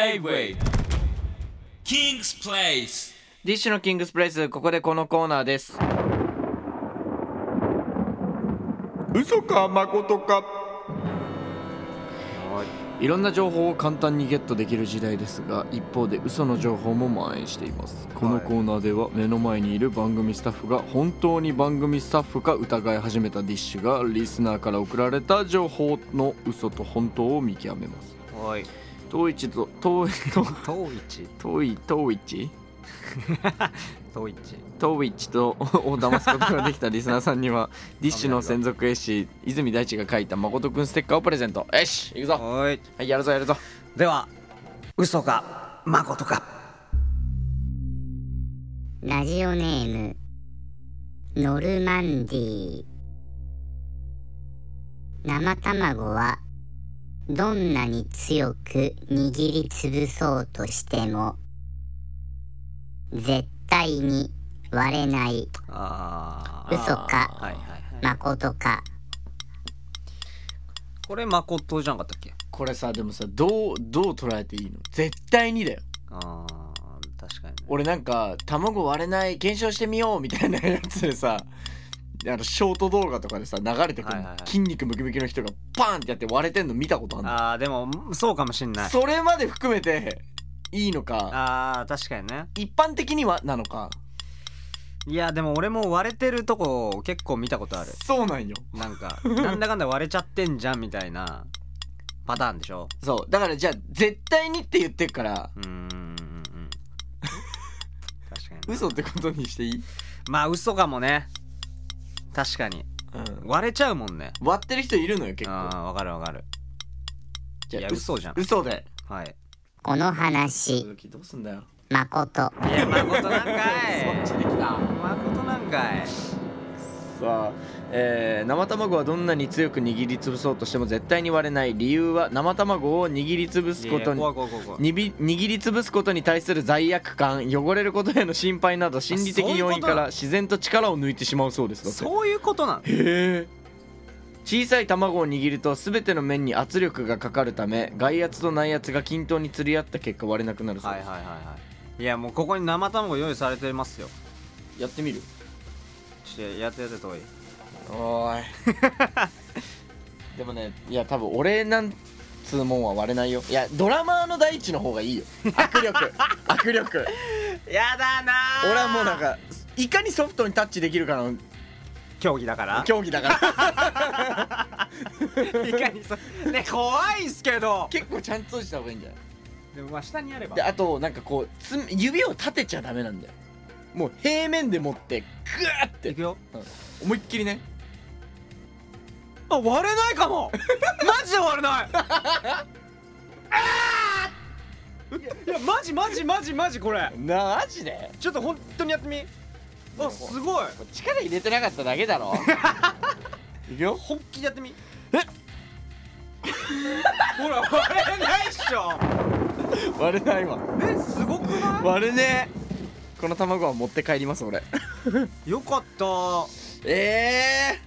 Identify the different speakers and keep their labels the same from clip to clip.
Speaker 1: J-Way King's Place
Speaker 2: ディッシュのキングスプレイスここでこのコーナーです
Speaker 3: 嘘か誠か
Speaker 2: いろんな情報を簡単にゲットできる時代ですが一方で嘘の情報も蔓延していますこのコーナーでは目の前にいる番組スタッフが本当に番組スタッフか疑い始めたディッシュがリスナーから送られた情報の嘘と本当を見極めます
Speaker 4: はい
Speaker 2: 東一と東東
Speaker 4: 遠一
Speaker 2: 東東一
Speaker 4: 遠一
Speaker 2: 東一と を騙すことができたリスナーさんに はディッシュの専属絵師泉大地が書いた誠くんステッカーをプレゼントよし行くぞ
Speaker 4: はい
Speaker 2: はいやるぞやるぞ
Speaker 4: では嘘か誠か
Speaker 5: ラジオネームノルマンディー生卵はどんなに強く握りつぶそうとしても絶対に割れない
Speaker 4: あ
Speaker 5: 嘘
Speaker 4: あ
Speaker 5: か
Speaker 4: はいはいはい
Speaker 5: 誠か
Speaker 4: これ誠じゃなかったっけ
Speaker 2: これさでもさどうどう捉えていいの絶対にだよ
Speaker 4: あー確かに、ね、
Speaker 2: 俺なんか卵割れない検証してみようみたいなやつでさあのショート動画とかでさ流れてくる、
Speaker 4: はいはいはい
Speaker 2: 筋肉ムキムキの人がパーンってやって割れてんの見たことあるの
Speaker 4: あーでもそうかもしんない
Speaker 2: それまで含めていいのか
Speaker 4: あー確かにね
Speaker 2: 一般的にはなのか
Speaker 4: いやでも俺も割れてるとこ結構見たことある
Speaker 2: そうなんよ
Speaker 4: なん かなんだかんだ割れちゃってんじゃんみたいなパターンでしょ
Speaker 2: そうだからじゃあ絶対にって言ってるから
Speaker 4: うーんうん うん確かにね
Speaker 2: 嘘ってことにしていい、
Speaker 4: まあ嘘かもね確かに
Speaker 2: うん、
Speaker 4: 割れちゃうもんね
Speaker 2: 割ってる人いるのよ結
Speaker 4: あ
Speaker 2: 構
Speaker 4: あわかるわかる
Speaker 2: じ
Speaker 4: い
Speaker 2: ゃ
Speaker 4: や
Speaker 2: あ嘘
Speaker 4: 嘘じゃん
Speaker 2: 嘘で
Speaker 4: はい
Speaker 5: この
Speaker 2: そ
Speaker 5: 話
Speaker 2: の時どうすんだよ
Speaker 5: 誠
Speaker 4: いや誠なんかい
Speaker 2: そっちできた
Speaker 4: 誠なんかい
Speaker 2: さあ、えー生卵はどんなに強く握りつぶそうとしても絶対に割れない理由は生卵を握りつぶす
Speaker 4: い
Speaker 2: こ
Speaker 4: や
Speaker 2: とに
Speaker 4: 怖い怖い怖い怖い
Speaker 2: にび握りつぶすことに対する罪悪感汚れることへの心配など心理的要因か
Speaker 4: そういうこと
Speaker 2: ら自然と力を抜いてしまうそうですだって
Speaker 4: そういうことなん
Speaker 2: へえ小さい卵を握ると全ての面に圧力がかかるため外圧と内圧が均等に釣り合った結果割れなくなるそう
Speaker 4: はい
Speaker 2: で
Speaker 4: はい
Speaker 2: す、
Speaker 4: はいはいいやもうここに生卵用意されてますよ
Speaker 2: やってみる
Speaker 4: ちょっとやってやって遠い
Speaker 2: おーい でもねいや多分俺なんつうもんは割れないよいやドラマーの第一の方がいいよ握力握力
Speaker 4: やだな
Speaker 2: 俺はもうなんかいかにソフトにタッチできるかの
Speaker 4: 競技だから
Speaker 2: 競技だから
Speaker 4: いかにそね怖いっすけ ど
Speaker 2: 結構ちゃんとした方がいいんじゃない
Speaker 4: でもまあ下にあれば
Speaker 2: であとなんかこうつ指を立てちゃダメなんだよもう平面で持ってグーって
Speaker 4: いくよ
Speaker 2: 思いっきりね
Speaker 4: あ割れないか もマジで割れ ないあーいやマジマジマジマジこれ
Speaker 2: なマジで
Speaker 4: ちょっと本当にやってみあすごい
Speaker 2: これ力入れてなかっただけだろいくよ
Speaker 4: 本気でやってみえ ほら割れないっしょ
Speaker 2: 割れないわ
Speaker 4: えすごくな
Speaker 2: 割れねえこの卵は持って帰ります俺
Speaker 4: いよかった
Speaker 2: え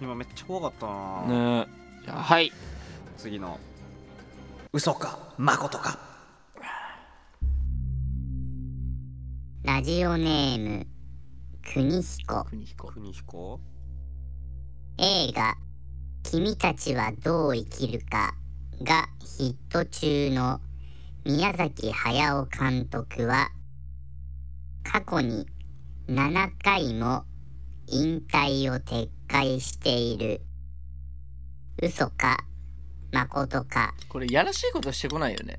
Speaker 4: 今めっちゃ怖かった
Speaker 2: え
Speaker 4: な、
Speaker 2: ねえはい
Speaker 4: 次の嘘か誠か
Speaker 5: ラジオネーム国彦
Speaker 2: 国彦
Speaker 4: 国彦
Speaker 5: 映画「君たちはどう生きるか」がヒット中の宮崎駿監督は過去に7回も引退を撤回している嘘か誠か
Speaker 2: これやらしいことしてこないよね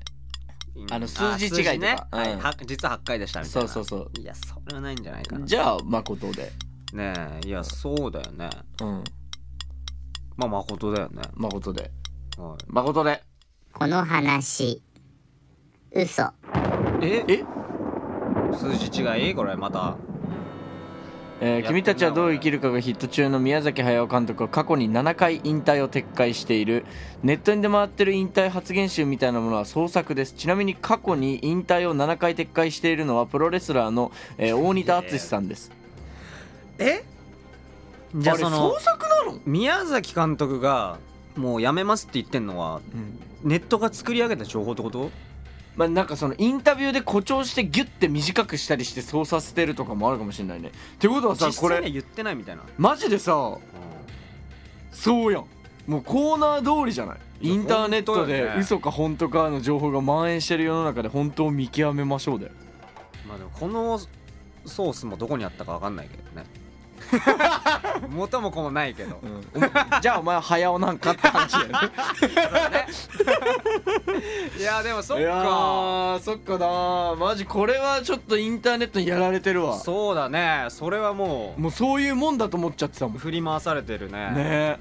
Speaker 2: あの
Speaker 4: うん
Speaker 2: 数字違いとか
Speaker 4: 数ね、
Speaker 2: うん
Speaker 4: はいは実は8回でしたみたい
Speaker 2: そう
Speaker 4: な
Speaker 2: そうそう
Speaker 4: いやそれはないんじゃないかな
Speaker 2: じゃあ誠で
Speaker 4: ねえいやそうだよね
Speaker 2: うん
Speaker 4: まあ誠だよね、
Speaker 2: 誠で
Speaker 4: は
Speaker 2: 誠で
Speaker 5: この話嘘
Speaker 4: い、え
Speaker 2: え
Speaker 4: 数字違いこれまた
Speaker 2: えー君たちはどう生きるかがヒット中の宮崎駿監督は過去に7回引退を撤回しているネットに出回ってる引退発言集みたいなものは創作ですちなみに過去に引退を7回撤回しているのはプロレスラーの、えー大仁田淳さんです
Speaker 4: えじゃあその
Speaker 2: 作なの、
Speaker 4: 宮崎監督がもうやめますって言ってんのはネットが作り上げた情報ってこと
Speaker 2: まあ、なんかそのインタビューで誇張してギュッて短くしたりして操作捨てるとかもあるかもしれないねってことはさ
Speaker 4: 実
Speaker 2: こ
Speaker 4: 際には
Speaker 2: れ
Speaker 4: 言ってないみたいな
Speaker 2: マジでさそうやんもうコーナー通りじゃないインターネット
Speaker 4: 本当
Speaker 2: で
Speaker 4: よね
Speaker 2: 嘘か本当かの情報が蔓延してる世の中で本当を見極めましょうだよ
Speaker 4: まあでもこのソースもどこにあったかわかんないけど ね元も子もないけど
Speaker 2: お前 じゃあお前早尾なんかって話だよね
Speaker 4: いやでもそ
Speaker 2: い
Speaker 4: っ
Speaker 2: や
Speaker 4: か
Speaker 2: ーそっかなーマジこれはちょっとインターネットにやられてるわ
Speaker 4: そうだねそれはも
Speaker 2: もうそういうもんだと思っちゃってたもん
Speaker 4: う
Speaker 2: ね
Speaker 4: 振り回されてるね
Speaker 2: え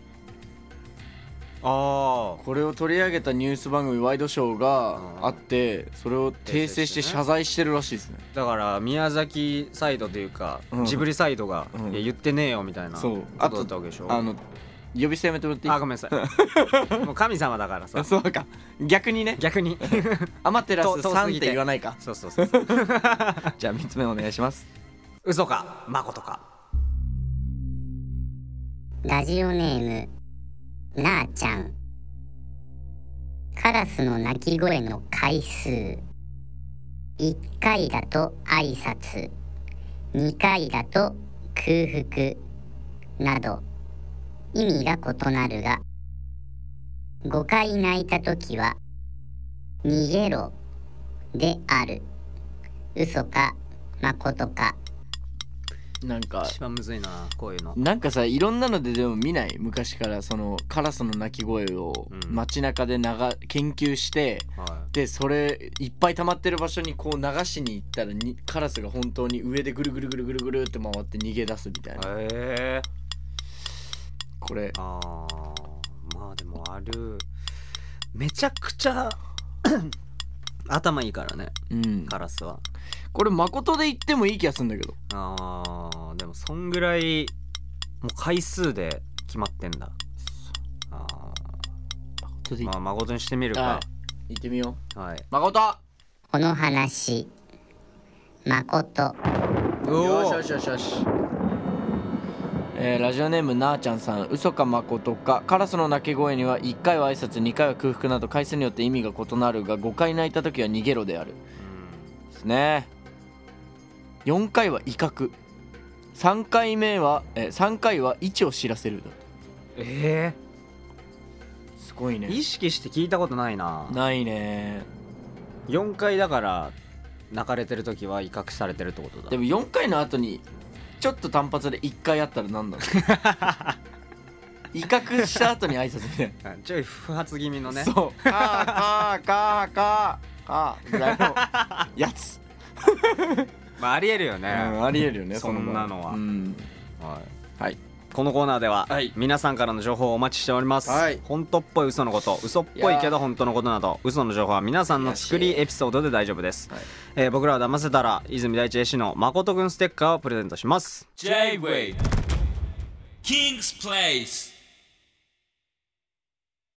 Speaker 4: あ
Speaker 2: これを取り上げたニュース番組ワイドショーがあってそれを訂正して謝罪してるらしいですね
Speaker 4: あだから宮崎サイドというか、
Speaker 2: うん
Speaker 4: ジブリサイドが、
Speaker 2: うん
Speaker 4: いや言ってねえよみたいな
Speaker 2: そう
Speaker 4: ことだったわけでしょ
Speaker 2: あの呼び捨てやめてもらっていい
Speaker 4: あごめんなさい もう神様だからさ
Speaker 2: あそうか逆にね
Speaker 4: 逆に
Speaker 2: アマテラス
Speaker 4: と遠
Speaker 2: さ
Speaker 4: す
Speaker 2: んっ
Speaker 4: ぎ
Speaker 2: て
Speaker 4: て
Speaker 2: 言わないか
Speaker 4: そうそうそうそう
Speaker 2: じゃあ3つ目お願いします
Speaker 4: 嘘かまことか
Speaker 5: ラジオネームなあちゃんカラスの鳴き声の回数1回だと挨拶2回だと空腹など意味が異なるが5回泣いた時は「逃げろ」である嘘かまことか
Speaker 2: なんか
Speaker 4: 一番むずいなこういうの
Speaker 2: なんかさいろんなのででも見ない昔からそのカラスの鳴き声を
Speaker 4: うん
Speaker 2: 街中で流研究して
Speaker 4: は
Speaker 2: でそれいっぱい溜まってる場所にこう流しに行ったらにカラスが本当に上でぐるぐるぐるぐるぐるって回って逃げ出すみたいない
Speaker 4: へえ
Speaker 2: これ
Speaker 4: あーまあでもあるめちゃくちゃ 頭いいからね
Speaker 2: うん
Speaker 4: カラスは
Speaker 2: これ誠で言ってもいい気がするんだけど
Speaker 4: あーでもそんぐらいもう回数で決まってんだあ
Speaker 2: 誠で
Speaker 4: ー
Speaker 2: 言っ
Speaker 4: まあ誠にしてみる
Speaker 2: て、は
Speaker 4: か
Speaker 2: い、行ってみよ
Speaker 4: はい、
Speaker 2: う誠
Speaker 5: この話まこと
Speaker 2: よし
Speaker 4: お
Speaker 2: よしよしよしえーラジオネームなあちゃんさん嘘かまことかカラスの鳴き声には1回は挨拶2回は空腹など回数によって意味が異なるが5回泣いた時は逃げろであるですね4回は威嚇3回目は、え3回は位置を知らせるだと
Speaker 4: え
Speaker 2: すごい
Speaker 4: え意
Speaker 2: ね
Speaker 4: 識して聞いたことないな
Speaker 2: ないね
Speaker 4: 4回だから泣かれてる時は威嚇されてるってことだ
Speaker 2: でも4回の後にちょっと単発で1回あったら何だろ う威嚇した後に挨拶みたいな
Speaker 4: うんちょい不発気味のね
Speaker 2: そう。かーかーかーかーぐらいのやつ。
Speaker 4: まああり えるよ
Speaker 2: う
Speaker 4: ね、
Speaker 2: ん、ありえるよね、
Speaker 4: そんなのは
Speaker 2: うん。
Speaker 4: はい、
Speaker 2: はい
Speaker 4: このコーナーでは、
Speaker 2: はい
Speaker 4: 皆さんからの情報をお待ちしております、
Speaker 2: はい
Speaker 4: 本当っぽい嘘のこと嘘っぽいけど本当のことなど嘘の情報は皆さんの作りエピソードで大丈夫です、
Speaker 2: はい
Speaker 4: えー僕らは騙せたら泉大地絵師の誠くんステッカーをプレゼントします
Speaker 1: J-Way King's Place